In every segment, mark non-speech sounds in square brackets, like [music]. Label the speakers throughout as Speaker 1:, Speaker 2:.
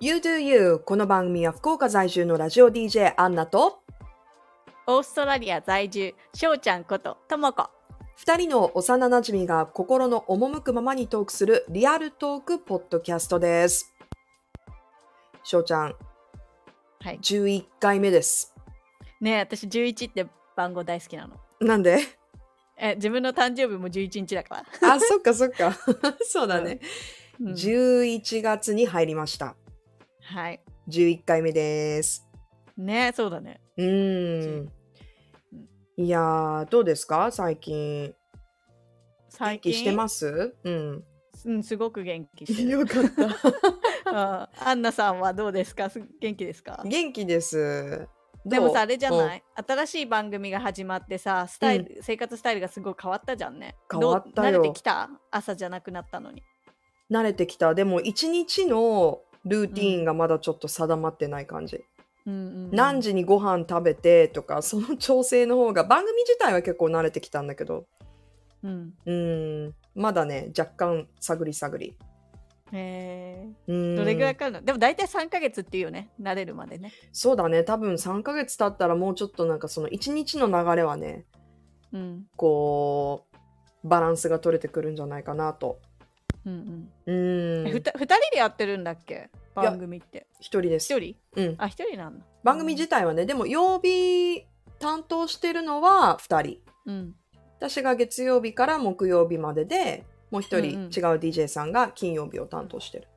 Speaker 1: You Do You この番組は福岡在住のラジオ DJ アンナと
Speaker 2: オーストラリア在住、しょうちゃんこと、ともこ。
Speaker 1: 2人の幼なじみが心の赴くままにトークするリアルトークポッドキャストです。翔ちゃん、
Speaker 2: はい
Speaker 1: 11回目です。
Speaker 2: ねえ、私11って番号大好きなの。
Speaker 1: なん
Speaker 2: [laughs]
Speaker 1: で
Speaker 2: え、自分の誕生日も11日だから。
Speaker 1: あ、そっかそっか。 [laughs] そうだね、
Speaker 2: うん
Speaker 1: 11月に入りました。
Speaker 2: はい。
Speaker 1: 11回目です。
Speaker 2: ねえ、そうだね。
Speaker 1: うーん。いやー、どうですか最近。
Speaker 2: 最
Speaker 1: 元気
Speaker 2: 近
Speaker 1: してますうん。
Speaker 2: す。うん、すごく元気してる。
Speaker 1: よかった。
Speaker 2: あアンナさんはどうですかす元気ですか
Speaker 1: 元気です。
Speaker 2: でもさ、あれじゃ
Speaker 1: い
Speaker 2: ない新しい番組が始まってさ、スタイル、生活スタイルがすごい変わったじゃんね。
Speaker 1: 変わったよ
Speaker 2: どう慣れてきた朝じゃなくなったのに。
Speaker 1: 慣れてきたでも一日のルーティーンがまだちょっと定まってない感じ、
Speaker 2: うんうんうん
Speaker 1: 何時にご飯食べてとかその調整の方が番組自体は結構慣れてきたんだけど
Speaker 2: うん。
Speaker 1: うーんまだね若干探り探り
Speaker 2: へえ。
Speaker 1: うーん
Speaker 2: どれぐらいかかるの、でも大体3ヶ月っていうよね慣れるまでね、
Speaker 1: そうだね多分3ヶ月経ったらもうちょっとなんかその一日の流れはね
Speaker 2: うん、
Speaker 1: こうバランスが取れてくるんじゃないかなと
Speaker 2: うん
Speaker 1: う
Speaker 2: うん
Speaker 1: ー
Speaker 2: ふ
Speaker 1: ん
Speaker 2: た2人でやってるんだっけ番組って
Speaker 1: 一人で
Speaker 2: 1
Speaker 1: す、
Speaker 2: 人
Speaker 1: うん、
Speaker 2: あ一人なんだ
Speaker 1: 番組自体はねでも曜日担当してるのは2人
Speaker 2: うん
Speaker 1: 私が月曜日から木曜日まででもう一人
Speaker 2: うん
Speaker 1: 違
Speaker 2: うん
Speaker 1: う DJ さんが金曜日を担当してる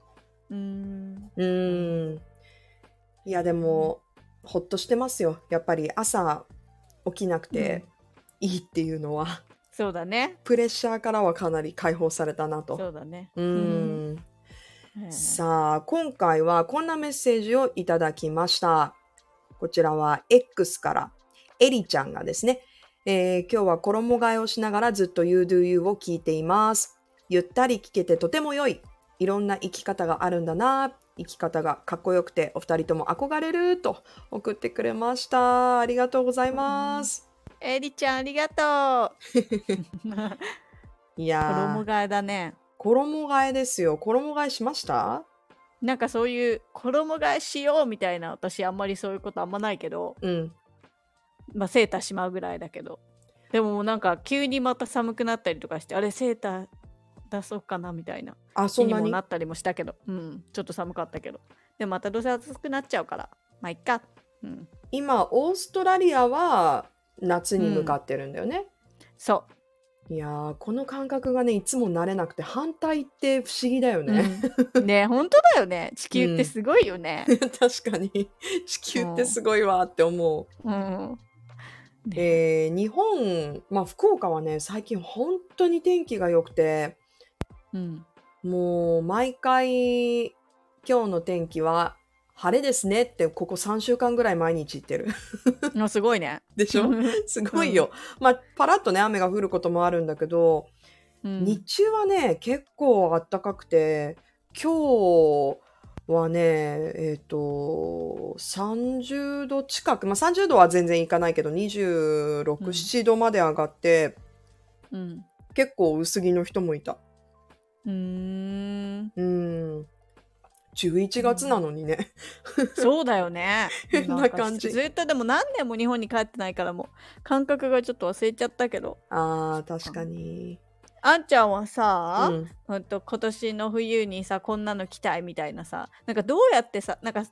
Speaker 2: うーん
Speaker 1: うーんいやでもほっとしてますよやっぱり朝起きなくていいっていうのは、
Speaker 2: そうだね
Speaker 1: プレッシャーからはかなり解放されたな
Speaker 2: そ
Speaker 1: と
Speaker 2: うだね
Speaker 1: うーん
Speaker 2: うん
Speaker 1: さあ今回はこんなメッセージをいただきましたこちらは X からエリちゃんがですね、えー今日は衣替えをしながらずっと You Do You を聞いていますゆったり聞けてとても良いいろんな生き方があるんだな生き方がかっこよくてお二人とも憧れると送ってくれましたありがとうございます、
Speaker 2: エリちゃんあり [laughs] がとう
Speaker 1: い
Speaker 2: 衣
Speaker 1: やー
Speaker 2: 替えだね
Speaker 1: 衣替えですよ衣替えしました
Speaker 2: なんかそういう衣替えしようみたいな私あんまりそういうことあんまないけど
Speaker 1: うん
Speaker 2: まあセーターしまうぐらいだけどでももうなんか急にまた寒くなったりとかしてあれセーター出そうかなみたいな
Speaker 1: あ
Speaker 2: 気
Speaker 1: そん
Speaker 2: に
Speaker 1: な
Speaker 2: も
Speaker 1: に
Speaker 2: なったりもしたけど、うん、ちょっと寒かったけどでもまたどうせ暑くなっちゃうからまあいっか、うん、
Speaker 1: 今オーストラリアは夏に向かってるんだよね、
Speaker 2: そ
Speaker 1: いやーこの感覚がねいつも慣れなくて反対って不思議だよ
Speaker 2: う、
Speaker 1: ね、
Speaker 2: うんね本当だよね地球ってすごいよね、
Speaker 1: [laughs] 確かに地球ってすごいわって思う、
Speaker 2: うんね
Speaker 1: えー日本、まあ、福岡はね最近本当に天気が良くて
Speaker 2: うん
Speaker 1: もう毎回今日の天気は晴れですねってここ3週間ぐらい毎日言ってる
Speaker 2: あすごいね、
Speaker 1: でしょすごいよ、まあパラッとね雨が降ることもあるんだけど
Speaker 2: うん
Speaker 1: 日中はね結構暖かくて今日はねえっ、と30度近くまあ30度は全然いかないけど
Speaker 2: うん
Speaker 1: 267度まで上がって、
Speaker 2: うん
Speaker 1: 結構薄着の人もいた
Speaker 2: うーん
Speaker 1: うん11月なのにね、
Speaker 2: そうだよね
Speaker 1: 変な感じ
Speaker 2: んかずっとでも何年も日本に帰ってないからもう感覚がちょっと忘れちゃったけど
Speaker 1: あー確かに
Speaker 2: あんちゃんはさ、
Speaker 1: うん
Speaker 2: ほんと今年の冬にさこんなの着たいみたいなさなんかどうやってさなんか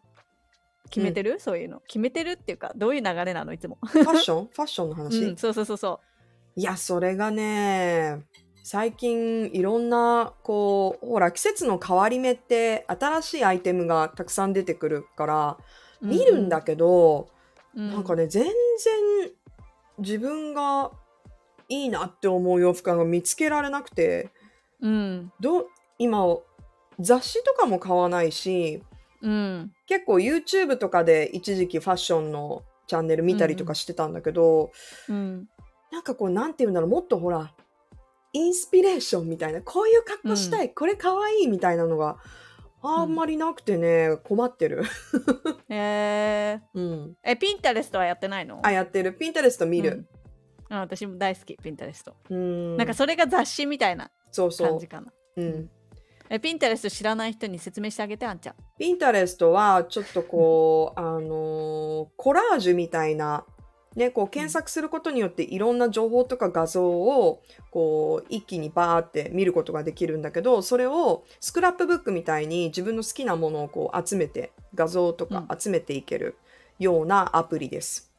Speaker 2: 決めてる、そういうの決めてるっていうかどういう流れなのいつも、
Speaker 1: ファッションファッションの話、
Speaker 2: うん、そうそうそうそ
Speaker 1: いやそれがね最近いろんなこうほら季節の変わり目って新しいアイテムがたくさん出てくるから
Speaker 2: う
Speaker 1: 見るんだ、けど、
Speaker 2: うう
Speaker 1: なんかね全然自分がいいなって思う洋服が見つけられなくて
Speaker 2: うん
Speaker 1: どう今雑誌とかも買わないし
Speaker 2: うん
Speaker 1: 結構 YouTube とかで一時期ファッションのチャンネル見たりとかしてたんだけど、
Speaker 2: うん
Speaker 1: なんかこう、なんて言うんだろう、もっとほら、インスピレーションみたいな、こういう格好したい、これかわいいみたいなのが、あんまりなくてね、困ってる。
Speaker 2: えー
Speaker 1: うん。
Speaker 2: えピンタレストはやってないの
Speaker 1: あ、やってる。ピンタレスト見る。、
Speaker 2: うんあ私も大好きピンタレスト、
Speaker 1: うん。
Speaker 2: なんかそれが雑誌みたいな
Speaker 1: そうそ
Speaker 2: 感
Speaker 1: う
Speaker 2: じ。かな
Speaker 1: うん。
Speaker 2: えピンタレスト知らない人に説明してあげてあんちゃん
Speaker 1: ピンタレストはちょっとこう、 [laughs] あのーコラージュみたいな、ね、こう検索することによっていろんな情報とか画像をこう一気にバーって見ることができるんだけどそれをスクラップブックみたいに自分の好きなものをこう集めて画像とか集めていけるようなアプリです。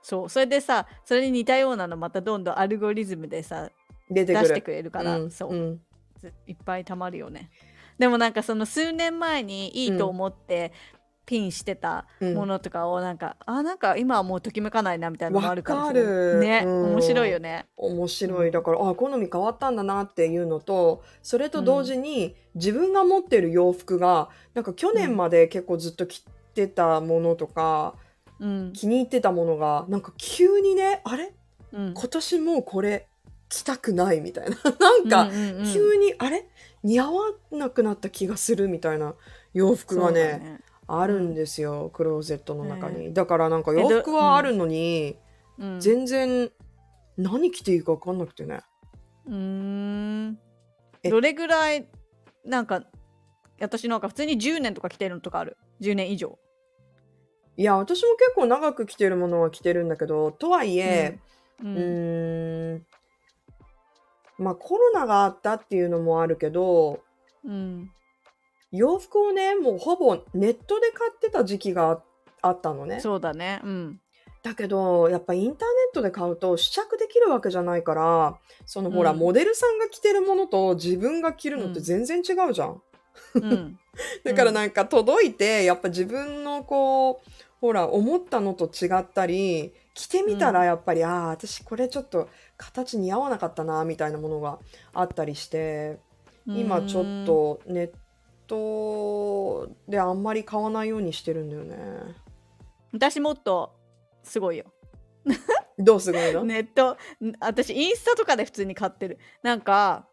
Speaker 2: そうそれでさそれに似たようなのまたどんどんアルゴリズムでさ
Speaker 1: 出て
Speaker 2: 出
Speaker 1: く
Speaker 2: して
Speaker 1: る。
Speaker 2: くれるから、
Speaker 1: うん
Speaker 2: そう、
Speaker 1: うん
Speaker 2: ずいっぱいたまるよねでもなんかその数年前にいいと思って、ピンしてた
Speaker 1: うん
Speaker 2: ものとかをなんか、あなんか今はもうときめかないなみたいなのもあるから
Speaker 1: わかる
Speaker 2: ね、
Speaker 1: うん
Speaker 2: 面白いよね
Speaker 1: 面白
Speaker 2: う
Speaker 1: い
Speaker 2: ん
Speaker 1: だから、あ好み変わったんだなっていうのとそれと同時に、自分が持ってる洋服がなんか去年まで結構ずっと着てたものとか、
Speaker 2: うん、
Speaker 1: 気に入ってたものがなんか急にねあれ
Speaker 2: うん、
Speaker 1: 今年もうこれ着たくないみたいな [laughs] なんか、
Speaker 2: うんうんうん
Speaker 1: 急にあれ似合わなくなった気がするみたいな洋服が
Speaker 2: そう
Speaker 1: ね
Speaker 2: だ
Speaker 1: あるんですよ、クローゼットの中に、
Speaker 2: ね
Speaker 1: だからなんか洋服はあるのに、
Speaker 2: うん
Speaker 1: 全然何着ていいか分かんなくてね。
Speaker 2: うーん
Speaker 1: え
Speaker 2: どれぐらいなんか私なんか普通に10年とか着てるのとかある10年以上
Speaker 1: いや私も結構長く着てるものは着てるんだけどとはいえ
Speaker 2: う
Speaker 1: うんーんまあコロナがあったっていうのもあるけど
Speaker 2: うん
Speaker 1: 洋服をねもうほぼネットで買ってた時期がああったのね
Speaker 2: そうだねうん
Speaker 1: だけどやっぱインターネットで買うと試着できるわけじゃないからそのほら、
Speaker 2: うん
Speaker 1: モデルさんが着てるものと自分が着るのって全然違うじゃん、
Speaker 2: うん
Speaker 1: [laughs] だからなんか届いてやっぱ自分のこうほら思ったのと違ったり着てみたらやっぱり、ああ私これちょっと形似合わなかったなみたいなものがあったりして今ちょっとネットであんまり買わないようにしてるんだよね。
Speaker 2: うん私もっとすごいよ
Speaker 1: どうすごいの、
Speaker 2: ネットん私インスタとかで普通に買ってるなんか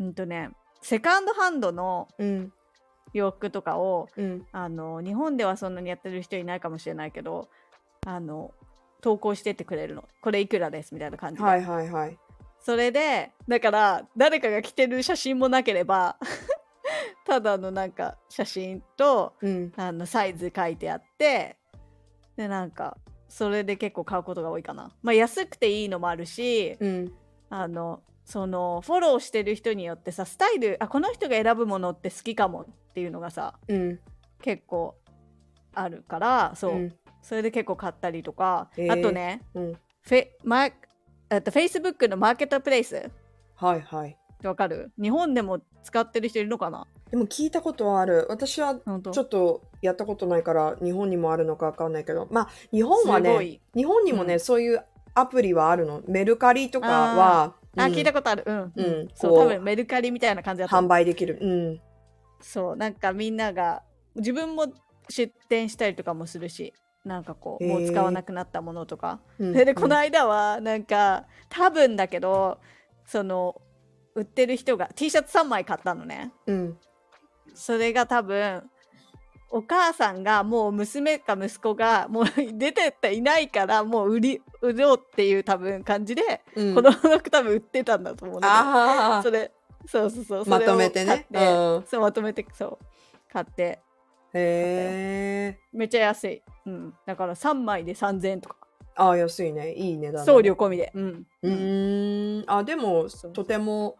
Speaker 2: うんとねセカンドハンドの
Speaker 1: うん
Speaker 2: 洋服とかを
Speaker 1: うん
Speaker 2: あの日本ではそんなにやってる人いないかもしれないけどあの投稿してってくれるのこれいくらですみたいな感じで、
Speaker 1: はいはいはい。
Speaker 2: それでだから誰かが着てる写真もなければ [laughs] ただのなんか写真と
Speaker 1: うん、
Speaker 2: あのサイズ書いてあってでなんかそれで結構買うことが多いかなまあ安くていいのもあるし
Speaker 1: うん、
Speaker 2: あのそのフォローしてる人によってさスタイルあこの人が選ぶものって好きかもっていうのがさ
Speaker 1: うん、
Speaker 2: 結構あるからそう、
Speaker 1: うん
Speaker 2: それで結構買ったりとか、
Speaker 1: へー
Speaker 2: あとね
Speaker 1: うん、
Speaker 2: フェマーえっと Facebook のマーケットプレイス
Speaker 1: はいはい。
Speaker 2: わかる日本でも使ってる人いるのかな
Speaker 1: でも聞いたことはある。私は
Speaker 2: 本当
Speaker 1: ちょっとやったことないから日本にもあるのかわかんないけどまあ日本は
Speaker 2: すご
Speaker 1: ね
Speaker 2: い
Speaker 1: 日本にもね、
Speaker 2: うん
Speaker 1: そういうアプリはあるのメルカリとかは、
Speaker 2: あ、
Speaker 1: うん
Speaker 2: 聞いたことあるうん、
Speaker 1: うん
Speaker 2: そう
Speaker 1: こう
Speaker 2: 多分メルカリみたいな感じだと
Speaker 1: 販
Speaker 2: 思う
Speaker 1: 売できる、うん、
Speaker 2: そうなんかみんなが自分も出店したりとかもするしなんかこうもう使わなくなったものとか、
Speaker 1: うん
Speaker 2: それでこの
Speaker 1: い、
Speaker 2: 間はなんか多分だけどその売ってる人が T シャツ3枚買ったのね
Speaker 1: うん
Speaker 2: それが多分お母さんがもう娘か息子がもう出てっていないからもう売り売ろうっていう多分感じで、
Speaker 1: うん
Speaker 2: 子供の多分売ってたんだと思うんだけ
Speaker 1: あ
Speaker 2: ど [laughs] それそうそうそう
Speaker 1: あまとめてね
Speaker 2: それを買って
Speaker 1: うん
Speaker 2: そうまとめてそう買って
Speaker 1: へえ
Speaker 2: めっちゃ安い、うん、だから3枚で3000円とか
Speaker 1: ああ安いねいい値段だね
Speaker 2: 送料込みで、うん
Speaker 1: うーんあでも
Speaker 2: そう
Speaker 1: とても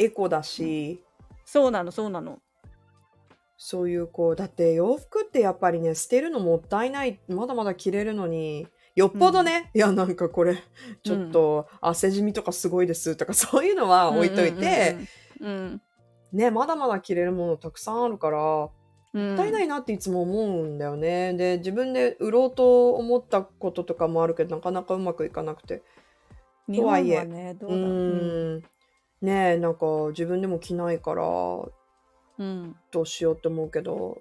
Speaker 1: エコだし、
Speaker 2: そうなのそうなの
Speaker 1: そういうこうだって洋服ってやっぱりね捨てるのもったいないまだまだ着れるのによっぽどね、いやなんかこれちょっと汗じみとかすごいですとか [laughs] そういうのは置いといて、
Speaker 2: うんうん
Speaker 1: ねまだまだ着れるものたくさんあるからも
Speaker 2: うんうん
Speaker 1: ったいないなっていつも思うんだよね、で自分で売ろうと思ったこととかもあるけどなかなかうまくいかなくて
Speaker 2: 日
Speaker 1: と
Speaker 2: 本は
Speaker 1: はいえ
Speaker 2: ねどう
Speaker 1: う
Speaker 2: だろううん
Speaker 1: んねえなんか自分でも着ないからど
Speaker 2: うん
Speaker 1: うしようと思うけど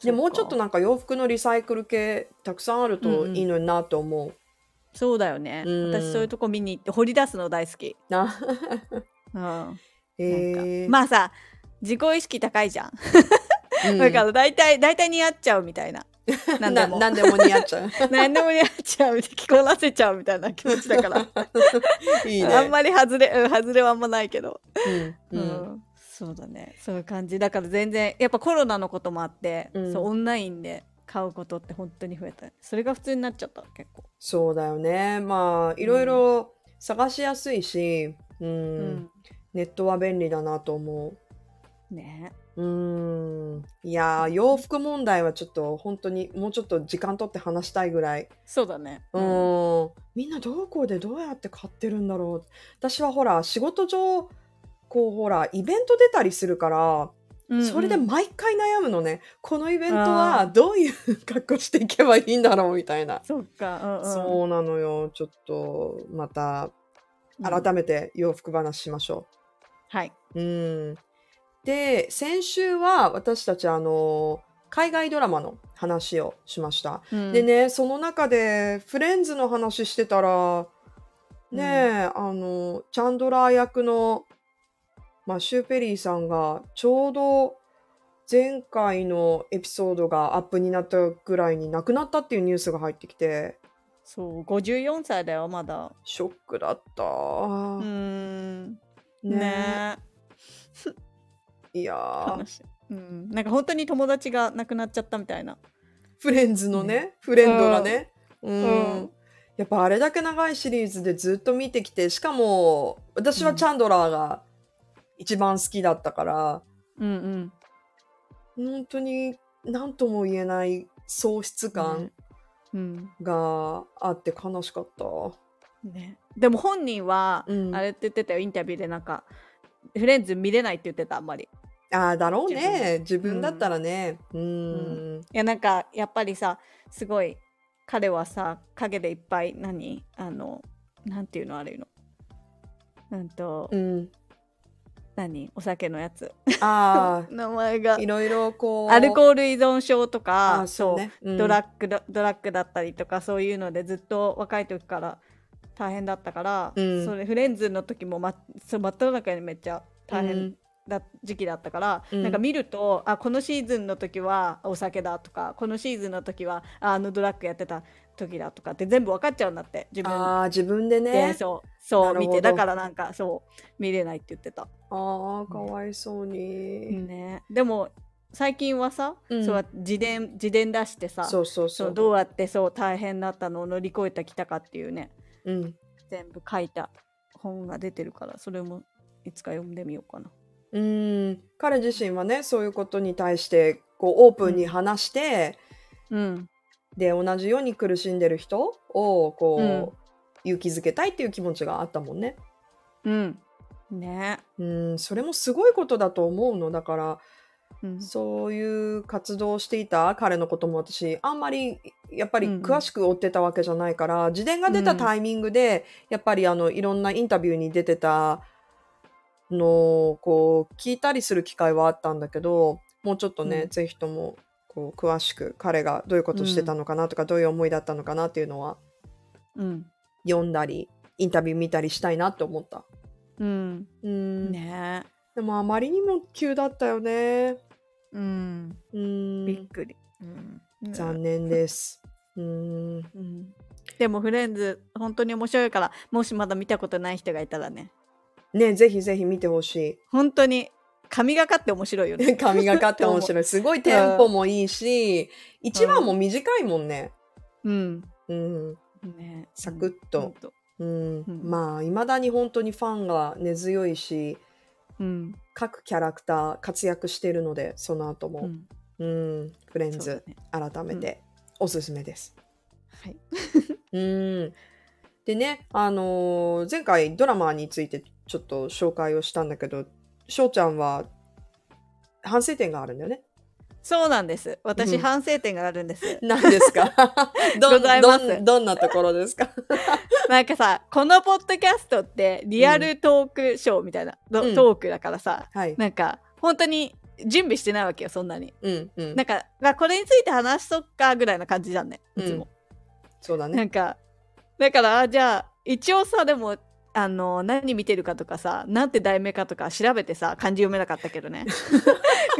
Speaker 2: そ
Speaker 1: で
Speaker 2: っか
Speaker 1: もうちょっとなんか洋服のリサイクル系たくさんあるといいのになと思う。
Speaker 2: そうだよね、
Speaker 1: うん
Speaker 2: 私そういうとこ見に行って掘り出すの大好き、
Speaker 1: [laughs] な
Speaker 2: うんなんか
Speaker 1: えー
Speaker 2: まあさ自己意識高いじゃん、
Speaker 1: うん
Speaker 2: だから大体大体似合っちゃうみ
Speaker 1: [laughs]
Speaker 2: たいな何で
Speaker 1: な
Speaker 2: も
Speaker 1: 何でも似合っちゃ [laughs]
Speaker 2: 何でも似合っちゃう着こなせちゃうみたいな気持ちだから
Speaker 1: [laughs] う。いいね。
Speaker 2: あんまり外れ、うん、外れはあんまないけど、
Speaker 1: うん
Speaker 2: う
Speaker 1: うんん
Speaker 2: そうだねそういう感じだから全然やっぱコロナのこともあって、
Speaker 1: うん
Speaker 2: そうオンラインで買うことって本当に増えたそれが普通になっちゃった結構、
Speaker 1: そうだよね。まあ、いろいろ探しやすいし、うん、ネットは便利だなと思
Speaker 2: うんね
Speaker 1: う。うん。いやー、洋服問題はちょっと本当にもうちょっと時間取って話したいぐらい。
Speaker 2: そうだね
Speaker 1: う
Speaker 2: うん
Speaker 1: ん。みんなどこでどうやって買ってるんだろう。私はほら、仕事上、こうほら、イベント出たりするから、
Speaker 2: うん
Speaker 1: それで毎回悩むのね。このイベント
Speaker 2: あ
Speaker 1: は
Speaker 2: ー
Speaker 1: どういう格好していけばいいんだろうみたいな。
Speaker 2: そっか、うんうん、
Speaker 1: そうなのよ。ちょっと、また、
Speaker 2: うん
Speaker 1: 改めて洋服話しましょ
Speaker 2: はい、
Speaker 1: う。うん。で、先週は私たち、あの、海外ドラマの話をしました。
Speaker 2: うん
Speaker 1: でね、その中で、フレンズの話してたら、ねえ、あの、チャンドラー役の、まあ、シューペリーさんが、ちょうど、前回のエピソードがアップになったぐらいに亡くなったっていうニュースが入ってきて、
Speaker 2: そう54歳だよまだ
Speaker 1: ショックだった。
Speaker 2: うーん
Speaker 1: ねえ
Speaker 2: ね
Speaker 1: いや
Speaker 2: え
Speaker 1: ー
Speaker 2: 悲しいうん、なんか本当に友達が亡くなっちゃったみたいな
Speaker 1: フレンズのね
Speaker 2: ね
Speaker 1: フレンドがねうん、
Speaker 2: うん
Speaker 1: やっぱあれだけ長いシリーズでずっと見てきてしかも私はチャンドラーが一番好きだったから、
Speaker 2: うんうん
Speaker 1: 本当に何とも言えない喪失感
Speaker 2: ねうん
Speaker 1: があって悲しかった、
Speaker 2: ね、でも本人は、
Speaker 1: うん
Speaker 2: あれって言ってたよインタビューでなんかフレンズ見れないって言ってたあんまりい
Speaker 1: ああだろうね自分だったらねうん、
Speaker 2: やなんかやっぱりさすごい彼はさ影でいっぱい何あのなんていうのあれのうんと、
Speaker 1: うん、
Speaker 2: 何お酒のやつ
Speaker 1: あ
Speaker 2: 名前が
Speaker 1: あいろいろこう
Speaker 2: アルコール依存症と
Speaker 1: あ
Speaker 2: か
Speaker 1: ーそうね、うん
Speaker 2: ドラッグだドラッグだったりとかそういうのでずっと若い時から大変だったから、
Speaker 1: うん
Speaker 2: それフレンズの時もまそう真っ只中にめっちゃ大変だ、時期だったから、
Speaker 1: うん
Speaker 2: なんか見るとあこのシーズンの時はお酒だとかこのシーズンの時はああのドラッグやってた時だとかって全部分かっちゃうんだって自分
Speaker 1: ああ自分で
Speaker 2: で、
Speaker 1: ね
Speaker 2: そう
Speaker 1: な
Speaker 2: そう
Speaker 1: るほど
Speaker 2: 見てだからなんかそう見れないって言ってた、
Speaker 1: ああかわいそうに、
Speaker 2: ね、でも最近はさ、
Speaker 1: うん
Speaker 2: そうやって自伝自伝出してさ
Speaker 1: そうそうそ
Speaker 2: そううどうやってそう大変だったのを乗り越えてきたかっていうね
Speaker 1: うん
Speaker 2: 全部書いた本が出てるからそれもいつか読んでみようかな。
Speaker 1: うん彼自身はねそういうことに対してこうオープンに話して、
Speaker 2: うん、
Speaker 1: で同じように苦しんでる人をこう、
Speaker 2: うん
Speaker 1: 勇気づけたいっていう気持ちがあったもんね。
Speaker 2: うん、ね、
Speaker 1: うんそれもすごいことだと思うのだから
Speaker 2: うん、
Speaker 1: そういう活動をしていた彼のことも私あんまりやっぱり
Speaker 2: うんうん
Speaker 1: 詳しく追ってたわけじゃないから、自伝が出たタイミングで、やっぱりあのいろんなインタビューに出てたのをこう聞いたりする機会はあったんだけどもうちょっとね、
Speaker 2: うん
Speaker 1: ぜひともこう詳しく彼がどういうことしてたのかなとか、どういう思いだったのかなっていうのは
Speaker 2: うん、
Speaker 1: 読んだりインタビュー見たりしたいなって思った。
Speaker 2: うん、
Speaker 1: うん
Speaker 2: ね、
Speaker 1: でもあまりにも急だったよね。
Speaker 2: うん、
Speaker 1: うん
Speaker 2: びっくり。うん、ね
Speaker 1: 残念です。うん
Speaker 2: うんでもフレンズ本当に面白いからもしまだ見たことない人がいたらね
Speaker 1: ねぜひぜひ見てほし
Speaker 2: 本当に神がかって面白いよ
Speaker 1: い。
Speaker 2: [laughs] ね
Speaker 1: 神がかって面
Speaker 2: い、
Speaker 1: 白い。すごいテンポもいいし、一話も短いもんね。
Speaker 2: うん
Speaker 1: うん、
Speaker 2: ね、
Speaker 1: サクッと
Speaker 2: うんほんと
Speaker 1: うん
Speaker 2: ん
Speaker 1: まあいまだに本当にファンが根強いし
Speaker 2: うん
Speaker 1: 各キャラクター活躍しているのでその後
Speaker 2: う
Speaker 1: も、
Speaker 2: ん
Speaker 1: うんフレン
Speaker 2: そうだ
Speaker 1: ズ、
Speaker 2: ね
Speaker 1: 改めておすすめです。
Speaker 2: はい
Speaker 1: うんでね、あのー前回ドラマについてちょっと紹介をしたんだけど翔ちゃんは反省点があるんだよね。
Speaker 2: そうなんです。私、
Speaker 1: うん
Speaker 2: 反省点があるんです。
Speaker 1: 何です [laughs] かど
Speaker 2: ご
Speaker 1: ん
Speaker 2: ざいます
Speaker 1: どんどんなところですか
Speaker 2: なんかさ、このポッドキャストってリアルトークショーみたいな、ど
Speaker 1: うん
Speaker 2: トークだからさ、
Speaker 1: はい。
Speaker 2: なんか本当に準備してないわけよ、そんなに。
Speaker 1: うんうん
Speaker 2: なんか、あこれについて話しとっかぐらいな感じじゃんね、いつも。
Speaker 1: そうだ
Speaker 2: な
Speaker 1: ね。
Speaker 2: んか、だから、あじゃあ、一応さ、でも、あの何見てるかとかさなんて題名かとか調べてさ漢字読めなかったけ
Speaker 1: [laughs]
Speaker 2: どね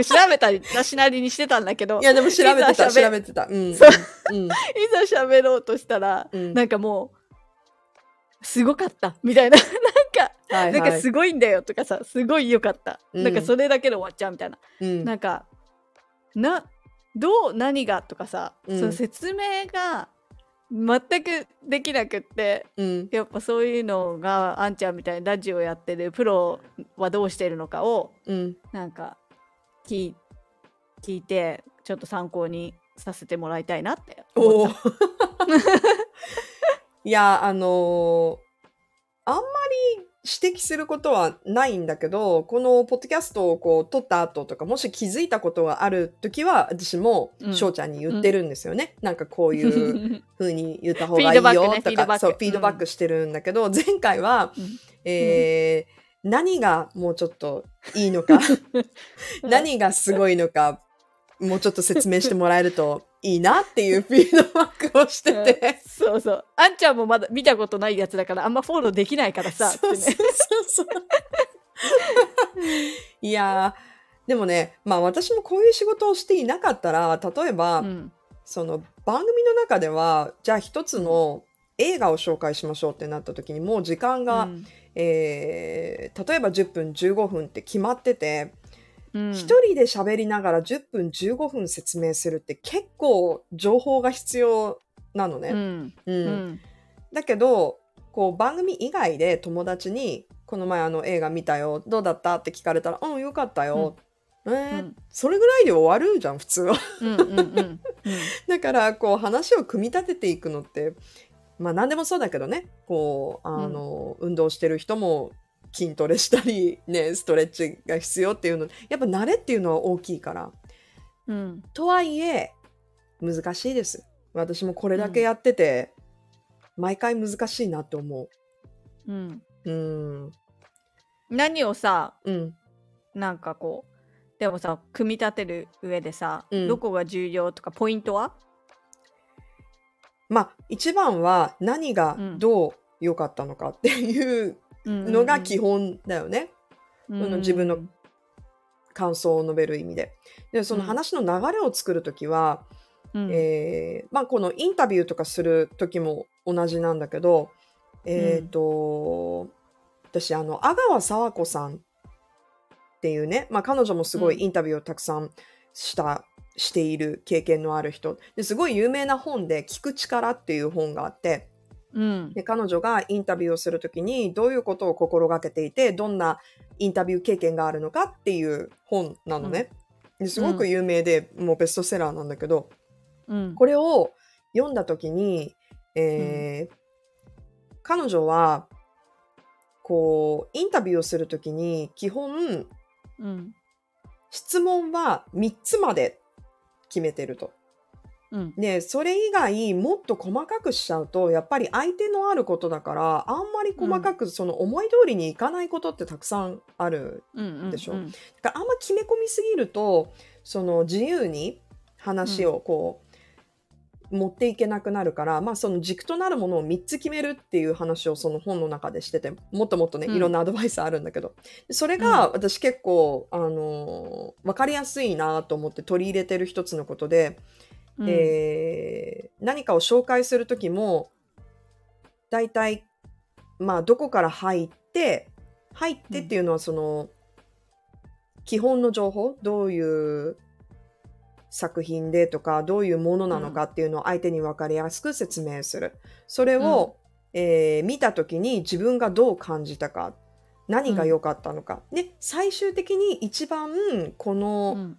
Speaker 2: 調べたり私なりにしてたんだけど
Speaker 1: いやでも調べてた
Speaker 2: いざ喋
Speaker 1: 調べてた。うん。
Speaker 2: そう
Speaker 1: うん
Speaker 2: いざ喋ろうとしたら
Speaker 1: うん
Speaker 2: なんかもう、すごかったみたいな、なんか
Speaker 1: はい
Speaker 2: なん
Speaker 1: はい
Speaker 2: かすごいんだよとかさすごいよかった、
Speaker 1: うん
Speaker 2: なんかそれだけで終わっちゃうみたいな、
Speaker 1: うん
Speaker 2: なんかなどう何がとかさ、
Speaker 1: うん
Speaker 2: その説明が全くできなくって
Speaker 1: うん
Speaker 2: やっぱそういうのがあんちゃんみたいにラジオやってるプロはどうしてるのかを
Speaker 1: うん
Speaker 2: なんか聞い聞いてちょっと参考にさせてもらいたいなって
Speaker 1: お
Speaker 2: 思
Speaker 1: お
Speaker 2: った。
Speaker 1: [laughs] いやあのーあんまり指摘することはないんだけどこのポッドキャストをこう撮った後とかもし気づいたことがある時は私も
Speaker 2: うん
Speaker 1: 翔ちゃんに言ってるんですよね、なんかこういう
Speaker 2: [laughs]
Speaker 1: 風に言った方
Speaker 2: フィ
Speaker 1: が
Speaker 2: ー
Speaker 1: いい
Speaker 2: ド
Speaker 1: よ
Speaker 2: バック
Speaker 1: と
Speaker 2: ねフィードバッ
Speaker 1: か
Speaker 2: ク
Speaker 1: そうフィードバックしてるんだけど、前回は、
Speaker 2: うん
Speaker 1: えー何がもうちょっといいの
Speaker 2: [laughs]
Speaker 1: か何がすごいのかもうちょっと説明してもらえるといいなっていうフィードバックをしてて。
Speaker 2: そうそうあんちゃんもまだ見たことないやつだからあんまフォローできないからさ
Speaker 1: そうそうそうそういやーでもねまあ私もこういう仕事をしていなかったら例えば、
Speaker 2: ってねうん
Speaker 1: その番組の中ではじゃあ一つの映画を紹介しましょうってなった時にもう時間が、
Speaker 2: うん
Speaker 1: えー例えば10分15分って決まってて
Speaker 2: うん
Speaker 1: 一、人で喋りながら10分15分説明するって結構情報が必要なの
Speaker 2: う
Speaker 1: ね。
Speaker 2: ん
Speaker 1: う
Speaker 2: うんん
Speaker 1: だけどこう番組以外で友達に「この前あの映画見たよどうだった?」って聞かれたら「うんよかったよ」えー
Speaker 2: うん
Speaker 1: それぐらいで終わるじゃん普通は
Speaker 2: うんうんう
Speaker 1: [laughs]
Speaker 2: んうん
Speaker 1: だからこう話を組み立てていくのってまあ何でもそうだけどねこうあの、運動してる人も筋トレしたり、ね、ストレッチが必要っていうのやっぱ慣れっていうのは大きいから
Speaker 2: うん
Speaker 1: とはいえ難しいです私もこれだけやってて、毎回難しいなって思う
Speaker 2: うん
Speaker 1: うん
Speaker 2: 何をさ
Speaker 1: うん
Speaker 2: なんかこうでもさ組み立てる上でさ、
Speaker 1: うん
Speaker 2: どこが重要とかポイントは
Speaker 1: まあ一番は何がどう良かったのかっていうの
Speaker 2: の
Speaker 1: が基本だよね、その自分の感想を述べる意味で。でその話の流れを作る時は、えーまあ、このインタビューとかする時も同じなんだけどえっ、と、私あの阿川佐和子さんっていうね、まあ、彼女もすご
Speaker 2: う
Speaker 1: い
Speaker 2: ん
Speaker 1: インタビューをたくさんした、している経験のある人ですごい有名な本で「聞く力」っていう本があって。
Speaker 2: うん
Speaker 1: で彼女がインタビューをするときにどういうことを心がけていてどんなインタビュー経験があるのかっていう本なのね、ですごく有名で、もうベストセラーなんだけど
Speaker 2: うん
Speaker 1: これを読んだときに、えー彼女はこうインタビューをするときに基本
Speaker 2: うん
Speaker 1: 質問は3つまで決めてると。
Speaker 2: うん
Speaker 1: でそれ以外もっと細かくしちゃうとやっぱり相手のあることだからあんまり細かくその思い通りにいかないことってたくさんある、
Speaker 2: うんうん
Speaker 1: でしょ
Speaker 2: うん
Speaker 1: だからあんま決め込みすぎるとその自由に話をこう、持っていけなくなるから、まあ、その軸となるものを3つ決めるっていう話をその本の中でしててもっともっとね
Speaker 2: うん
Speaker 1: いろんなアドバイスあるんだけど、それが私結構、あの分かりやすいなと思って取り入れてる一つのことで。
Speaker 2: うん
Speaker 1: えー何かを紹介する時も大体まあどこから入って入ってっていうのはその、基本の情報どういう作品でとかどういうものなのかっていうのを相手に分かりやすく説明するそれを、えー見た時に自分がどう感じたか何が良かったのか、で最終的に一番この、
Speaker 2: うん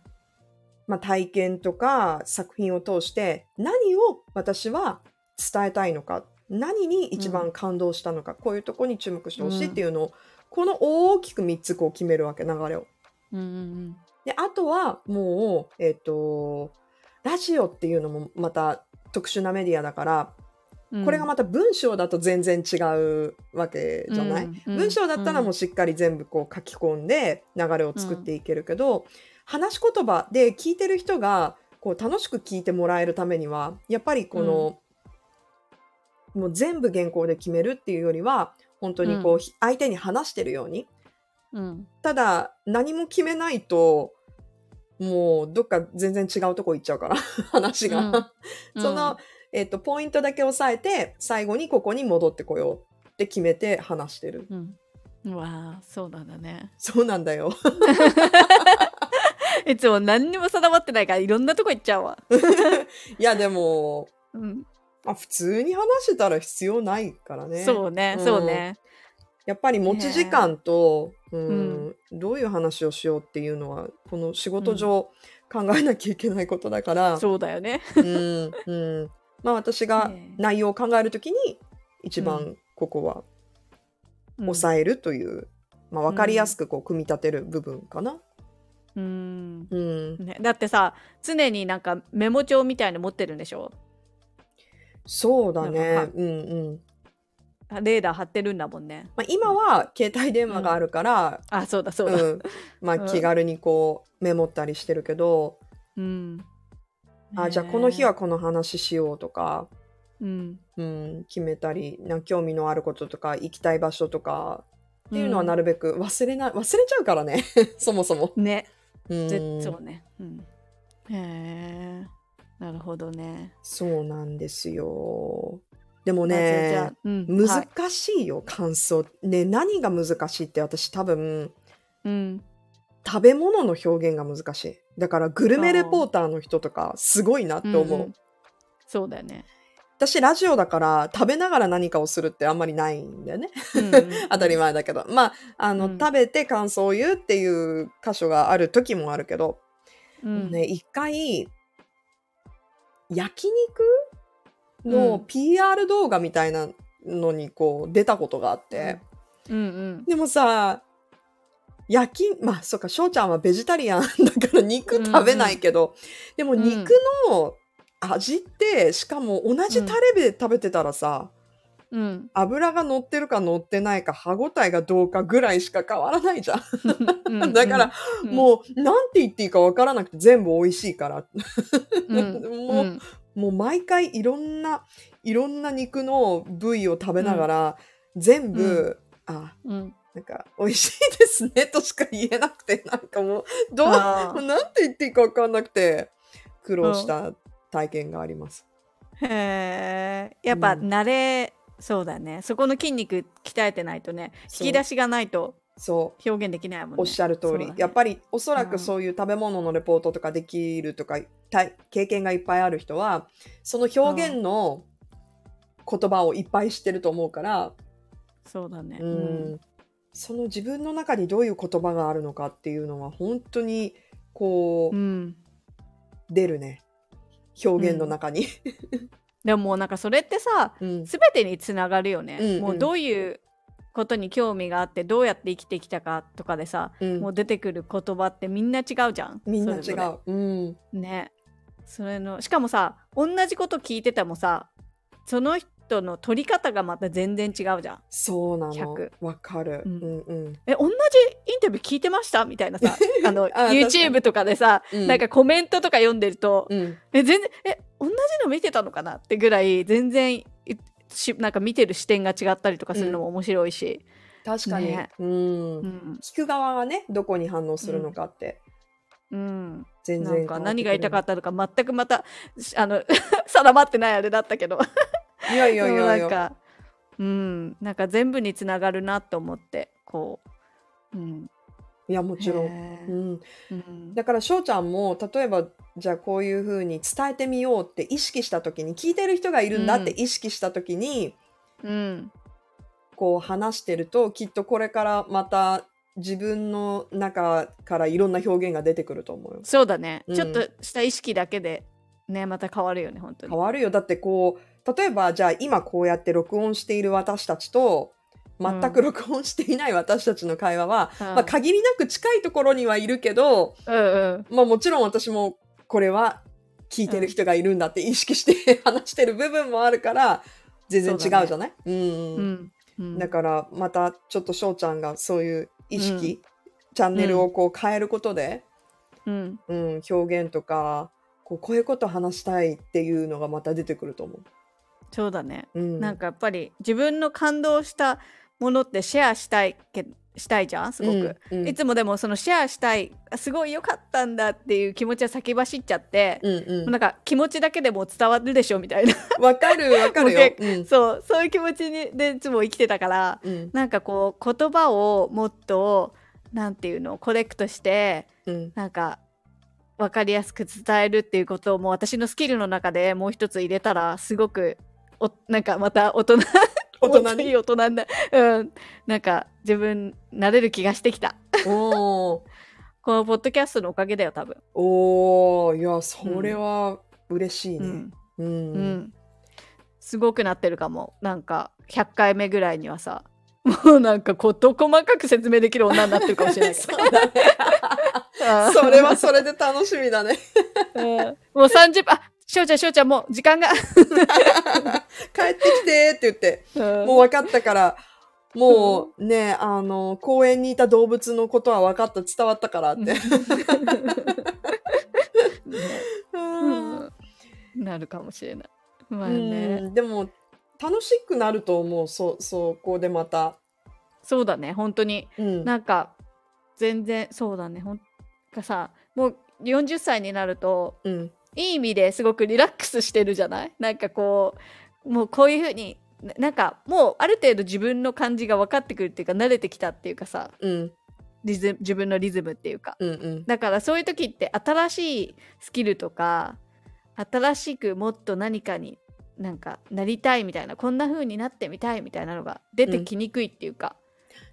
Speaker 1: まあ、体験とか作品を通して何を私は伝えたいのか何に一番感動したのか、こういうとこに注目してほしいっていうのを、この大きく3つこう決めるわけ流れを。
Speaker 2: うんうん
Speaker 1: であとはもうえっ、とラジオっていうのもまた特殊なメディアだから、
Speaker 2: うん
Speaker 1: これがまた文章だと全然違うわけじゃない、
Speaker 2: うんうん
Speaker 1: 文章だったらもうしっかり全部こう書き込んで流れを作っていけるけど、話し言葉で聞いてる人がこう楽しく聞いてもらえるためにはやっぱりこの、もう全部原稿で決めるっていうよりは本当にこう、ひ相手に話してるように
Speaker 2: うん
Speaker 1: ただ何も決めないともうどっか全然違うとこ行っちゃうから [laughs] 話が。
Speaker 2: うん
Speaker 1: その、えっとポイントだけ押さえて最後にここに戻ってこようって決めて話してる。
Speaker 2: うんうわあそうなんだね [laughs]
Speaker 1: そうなんだよ。
Speaker 2: いつも何にも定まってないからいろんなとこ行っちゃうわ
Speaker 1: いや、でも、
Speaker 2: うん、
Speaker 1: まあ、普通に話してたら必要ないからね。
Speaker 2: そうね、
Speaker 1: うん
Speaker 2: そうね
Speaker 1: やっぱり持ち時間と、
Speaker 2: ん
Speaker 1: うん、どういう話をしようっていうのは、この仕事上考えなきゃいけないことだから、
Speaker 2: そうだよね
Speaker 1: うんうん、まあ私が
Speaker 2: ねえ
Speaker 1: 内容を考えるときに一
Speaker 2: う
Speaker 1: 番ここは抑えるという、まあ、分かりやすくこう組み立てる部分かな。
Speaker 2: うん、
Speaker 1: うん、
Speaker 2: ね、だってさ常になんかメモ帳みたいの持ってるんでしょ
Speaker 1: そうだ
Speaker 2: なん
Speaker 1: ね
Speaker 2: か、
Speaker 1: うんうん
Speaker 2: あレーダー貼ってるんだもんね
Speaker 1: まあ、今は携帯電話があるから、
Speaker 2: あそうだそううんだ
Speaker 1: まあ、
Speaker 2: うん
Speaker 1: 気軽にこうメモったりしてるけど、
Speaker 2: うん、ね
Speaker 1: あじゃあこの日は、この話しようとか、
Speaker 2: うん、
Speaker 1: うん、決めたりな興味のあることとか行きたい場所とかっていうのはな
Speaker 2: る、
Speaker 1: るべく忘れない忘れちゃうからね [laughs] そもそも。
Speaker 2: ね
Speaker 1: うん
Speaker 2: ぜそうね、うん、へえなるほどね
Speaker 1: そうなんですよ。でも
Speaker 2: まずじゃ
Speaker 1: ね
Speaker 2: あ、うんは
Speaker 1: 難
Speaker 2: い
Speaker 1: しいよ、感想。ね、何が難しいって私多分、
Speaker 2: うん、
Speaker 1: 食べ物の表現が難しい。だからグルメレポーターの人とかすごいなって思う。
Speaker 2: うんうんそうだよ
Speaker 1: [laughs]
Speaker 2: ね、
Speaker 1: 私ラジオだから食べながら何かをするってあんまりないんだよね。
Speaker 2: うん、
Speaker 1: 当たり前だけど。まあ、あの、
Speaker 2: うん
Speaker 1: 食べて感想を言うっていう箇所がある時もあるけど、
Speaker 2: うん
Speaker 1: ね、一回、焼肉
Speaker 2: う
Speaker 1: の
Speaker 2: ん
Speaker 1: PR 動画みたいなのにこう出たことがあって、
Speaker 2: うんうん
Speaker 1: でもさ、焼き、まあそっか、翔ちゃんはベジタリアンだから肉食べないけど、
Speaker 2: うん
Speaker 1: でも肉の味って、しかも同じタレで食べてたらさ、
Speaker 2: うん
Speaker 1: 油が乗ってるか乗ってないか歯ごたえがどうかぐらいしか変わらないじゃん。
Speaker 2: う
Speaker 1: [laughs]
Speaker 2: ん
Speaker 1: だから、
Speaker 2: うん
Speaker 1: もう、なんて言っていいかわからなくて全部美味しいから。
Speaker 2: うん
Speaker 1: もう
Speaker 2: うん
Speaker 1: もう毎回いろんないろんな肉の部位を食べながら、全部、あ
Speaker 2: うん
Speaker 1: なんか美味しいですねとしか言えなくてなんかもうどうも
Speaker 2: あ
Speaker 1: うなんて言っていいか分かんなくて苦労した体験があります。
Speaker 2: ーへえやっぱ
Speaker 1: うん
Speaker 2: 慣れ、そうだねそこの筋肉鍛えてないとね
Speaker 1: そう
Speaker 2: 引き出しがないと
Speaker 1: そ
Speaker 2: 表現できないもん
Speaker 1: う
Speaker 2: ね
Speaker 1: おっしゃる通り、やっ
Speaker 2: り
Speaker 1: ぱりおそら
Speaker 2: う
Speaker 1: く
Speaker 2: ん
Speaker 1: そういう食べ物のレポートとかできるとか体経験がいっぱいある人はその表現の言葉をいっぱい知ってると思うから、
Speaker 2: そうだね
Speaker 1: うんその自分の中にどういう言葉があるのかっていうのは本当にこ
Speaker 2: う
Speaker 1: う、
Speaker 2: ん
Speaker 1: 出るね表現の中に。
Speaker 2: でももうなんかそれってさ
Speaker 1: うん
Speaker 2: 全てにつながるよね、
Speaker 1: うんうん
Speaker 2: もうどういうことに興味があってどうやって生きてきたかとかでさ、
Speaker 1: うん
Speaker 2: もう出てくる言葉ってみんな違うじゃん
Speaker 1: みんな
Speaker 2: そ
Speaker 1: 違
Speaker 2: れぞ
Speaker 1: う。うん
Speaker 2: れねそれのしかもさ同じこと聞いててもさその人の取り方がまた全然違うじゃん
Speaker 1: そうなの
Speaker 2: 100。
Speaker 1: わかる。う
Speaker 2: うんん
Speaker 1: うん。
Speaker 2: え同じインタビュー聞いてましたみたい
Speaker 1: [laughs]
Speaker 2: なさあの
Speaker 1: 確かに
Speaker 2: YouTube とかでさ、
Speaker 1: うん
Speaker 2: なんかコメントとか読んでると、
Speaker 1: うん、
Speaker 2: え全然え同じの見てたのかなってぐらい全然いしなんか見てる視点が違ったりとかするのも面白いし、
Speaker 1: 確かに、
Speaker 2: ね
Speaker 1: うん
Speaker 2: うん
Speaker 1: 聞く側がねどこに反応するのかって、
Speaker 2: うん
Speaker 1: 全
Speaker 2: なん
Speaker 1: 然
Speaker 2: か何が言いたかったたのか全くまたしあの [laughs] 定まってないあれだったけど
Speaker 1: いやいやい
Speaker 2: でも
Speaker 1: やい
Speaker 2: な
Speaker 1: や
Speaker 2: んかうんなんか全部につながるなと思ってこう、うん、
Speaker 1: いやもちろん、
Speaker 2: へ
Speaker 1: う
Speaker 2: ー
Speaker 1: ん、
Speaker 2: うん
Speaker 1: だから翔ちゃんも例えばじゃあこういうふうに伝えてみようって意識した時に聞いてる人がいるんだって
Speaker 2: う
Speaker 1: 意識した時に、
Speaker 2: うん
Speaker 1: こう話してるときっとこれからまた自分の中からいろんな表現が出てくると思うよ。
Speaker 2: そうだね、
Speaker 1: うん
Speaker 2: ちょっとした意識だけでねまた変わるよね本当に
Speaker 1: 変わるよだってこう例えばじゃあ今こうやって録音している私たちと全く録音していない私たちの会話は、
Speaker 2: うん
Speaker 1: まあ、限りなく近いところにはいるけど、
Speaker 2: うんうん
Speaker 1: まあ、もちろん私もこれは聞いてる人がいるんだって意識して [laughs] 話してる部分もあるから全然違うじゃないうん
Speaker 2: う、んうん
Speaker 1: だからまたちょっと翔ちゃんがそういう意識、チャンネルをこう変えることで、
Speaker 2: うん
Speaker 1: うん、表現とかこうこういうこと話したいっていうのがまた出てくると思
Speaker 2: そうだね
Speaker 1: う。うん、
Speaker 2: なんかやっぱり自分の感動したものってシェアしたいけしたいじゃんすごく、
Speaker 1: うん
Speaker 2: いつもでもそのシェアしたいあすごい良かったんだっていう気持ちは先走っちゃって、
Speaker 1: うんうん
Speaker 2: なんか気持ちだけでもう伝わるでしょみたいな
Speaker 1: わかるわかるよ。うん
Speaker 2: そうそういう気持ちにでいつも生きてたから
Speaker 1: うん
Speaker 2: なんかこう言葉をもっとなんていうのコレクトして
Speaker 1: うん
Speaker 2: なんか分かりやすく伝えるっていうことをもう私のスキルの中でもう一つ入れたらすごくおなんかまた大人
Speaker 1: 大人
Speaker 2: もっとい
Speaker 1: に。
Speaker 2: い大人にな、うん、なんか自分なれる気がしてきた
Speaker 1: おー
Speaker 2: このポッドキャストのおかげだよ多分、
Speaker 1: おーいやそれは嬉しいうね。
Speaker 2: ん
Speaker 1: う
Speaker 2: うんんすごくなってるかもなんか100回目ぐらいにはさ [laughs] もうなんか事細かく説明できる女になってるかも [laughs] しれないけ
Speaker 1: そ
Speaker 2: ど
Speaker 1: うだね
Speaker 2: あー
Speaker 1: [laughs] それはそれで楽しみだ
Speaker 2: [laughs]
Speaker 1: ね。
Speaker 2: うんもう30分あしょうちゃんしょうちゃんもう時間が、
Speaker 1: 帰ってきてって言って
Speaker 2: うん
Speaker 1: もう分かったからもうねあの公園にいた動物のことは分かった伝わったからって。
Speaker 2: うんなるかもしれない。まあ
Speaker 1: う
Speaker 2: ね、
Speaker 1: んでも楽しくなると思うそうそこでまた。
Speaker 2: そうだね、本当に。
Speaker 1: うん
Speaker 2: なんか、全然、そうだね、ほんかさ、もう40歳になると、
Speaker 1: うん
Speaker 2: いい意味ですごくリラックスしてるじゃないなんかこう、もうこういうふうに、ななんかもうある程度自分の感じが分かってくるっていうか、慣れてきたっていうかさ、
Speaker 1: うん
Speaker 2: リズム自分のリズムっていうか。
Speaker 1: うんうん
Speaker 2: だからそういう時って新しいスキルとか新しくもっと何かになんかなりたいみたいなこんな風になってみたいみたいなのが出てきにくいっていうか、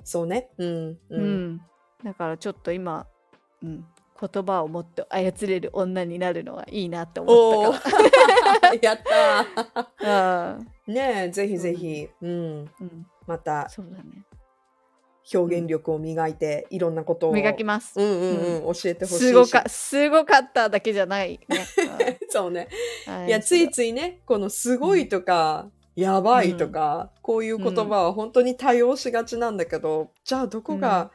Speaker 1: そうね。うん
Speaker 2: うんだからちょっと今、うん、言葉をもっと操れる女になるのはいいなって思
Speaker 1: お
Speaker 2: っ
Speaker 1: お
Speaker 2: たか
Speaker 1: ー [laughs] やったー
Speaker 2: ら。 [laughs]
Speaker 1: ねえぜひぜひ、うん、
Speaker 2: うんうん、
Speaker 1: また
Speaker 2: そうだね
Speaker 1: 表現力を磨いていろんなことを
Speaker 2: 磨きます。
Speaker 1: うんうんうん、教えてほしいし
Speaker 2: すごかすごかっただけじゃない、ね
Speaker 1: [laughs] そうね
Speaker 2: うんはい
Speaker 1: やついついねこの「すごい」とか「やばい」とか、こういう言葉は本当に対応しがちなんだけど、じゃあどこが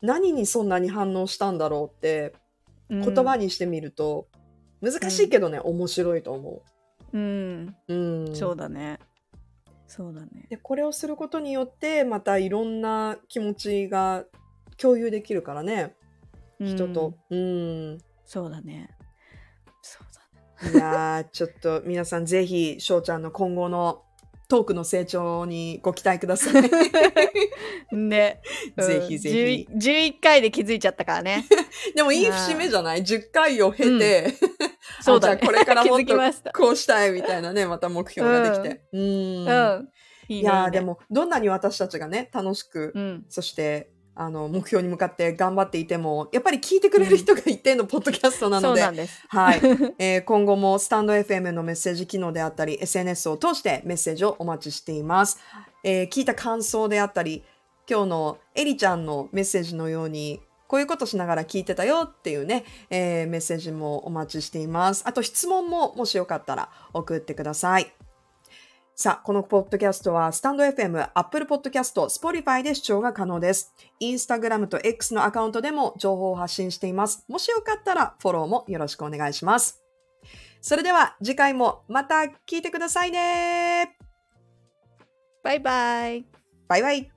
Speaker 1: 何にそんなに反応したんだろうって
Speaker 2: うん
Speaker 1: 言葉にしてみると難しいけどね、面白いと思
Speaker 2: うん、
Speaker 1: う。うん、
Speaker 2: そうだねそうだね
Speaker 1: でこれをすることによってまたいろんな気持ちが共有できるからね人
Speaker 2: うん
Speaker 1: と。うん
Speaker 2: そうだね。そうだね。
Speaker 1: いやーちょっと皆さんぜひ翔ちゃんの今後のトークの成長にご期待くださ
Speaker 2: [laughs]
Speaker 1: い。
Speaker 2: ね。
Speaker 1: [laughs] ぜひぜひ
Speaker 2: うん。11, 11回で気づいちゃったか
Speaker 1: [laughs]
Speaker 2: らね。
Speaker 1: でもいい節目じゃない ?10 回を経て、
Speaker 2: そうだね。
Speaker 1: あじゃあこれからもっと
Speaker 2: 気づきました。
Speaker 1: こうしたいみたいなね、また目標ができて。うん。
Speaker 2: うん。い
Speaker 1: い
Speaker 2: ね
Speaker 1: やーで。も、どんなに私たちがね、楽しく、
Speaker 2: うん。
Speaker 1: そして、あの、目標に向かって頑張っていても、やっぱり聞いてくれる人が一定のポッドキャストな
Speaker 2: そ
Speaker 1: の
Speaker 2: う
Speaker 1: で、
Speaker 2: なんです。
Speaker 1: はい、えー今後もスタンド FM のメッセージ機能であったり SNS を通してメッセージをお待ちしています、えー聞いた感想であったり今日のエリちゃんのメッセージのようにこういうことしながら聞いてたよっていうね、えーメッセージもお待ちしていますあと質問ももしよかったら送ってくださいさあ、このポッドキャストは、スタンド FM、Apple Podcast、Spotify で視聴が可能です。インスタグラムと X のアカウントでも情報を発信しています。もしよかったら、フォローもよろしくお願いします。それでは、次回もまた聞いてくださいね。
Speaker 2: バイバイ。
Speaker 1: バイバイ。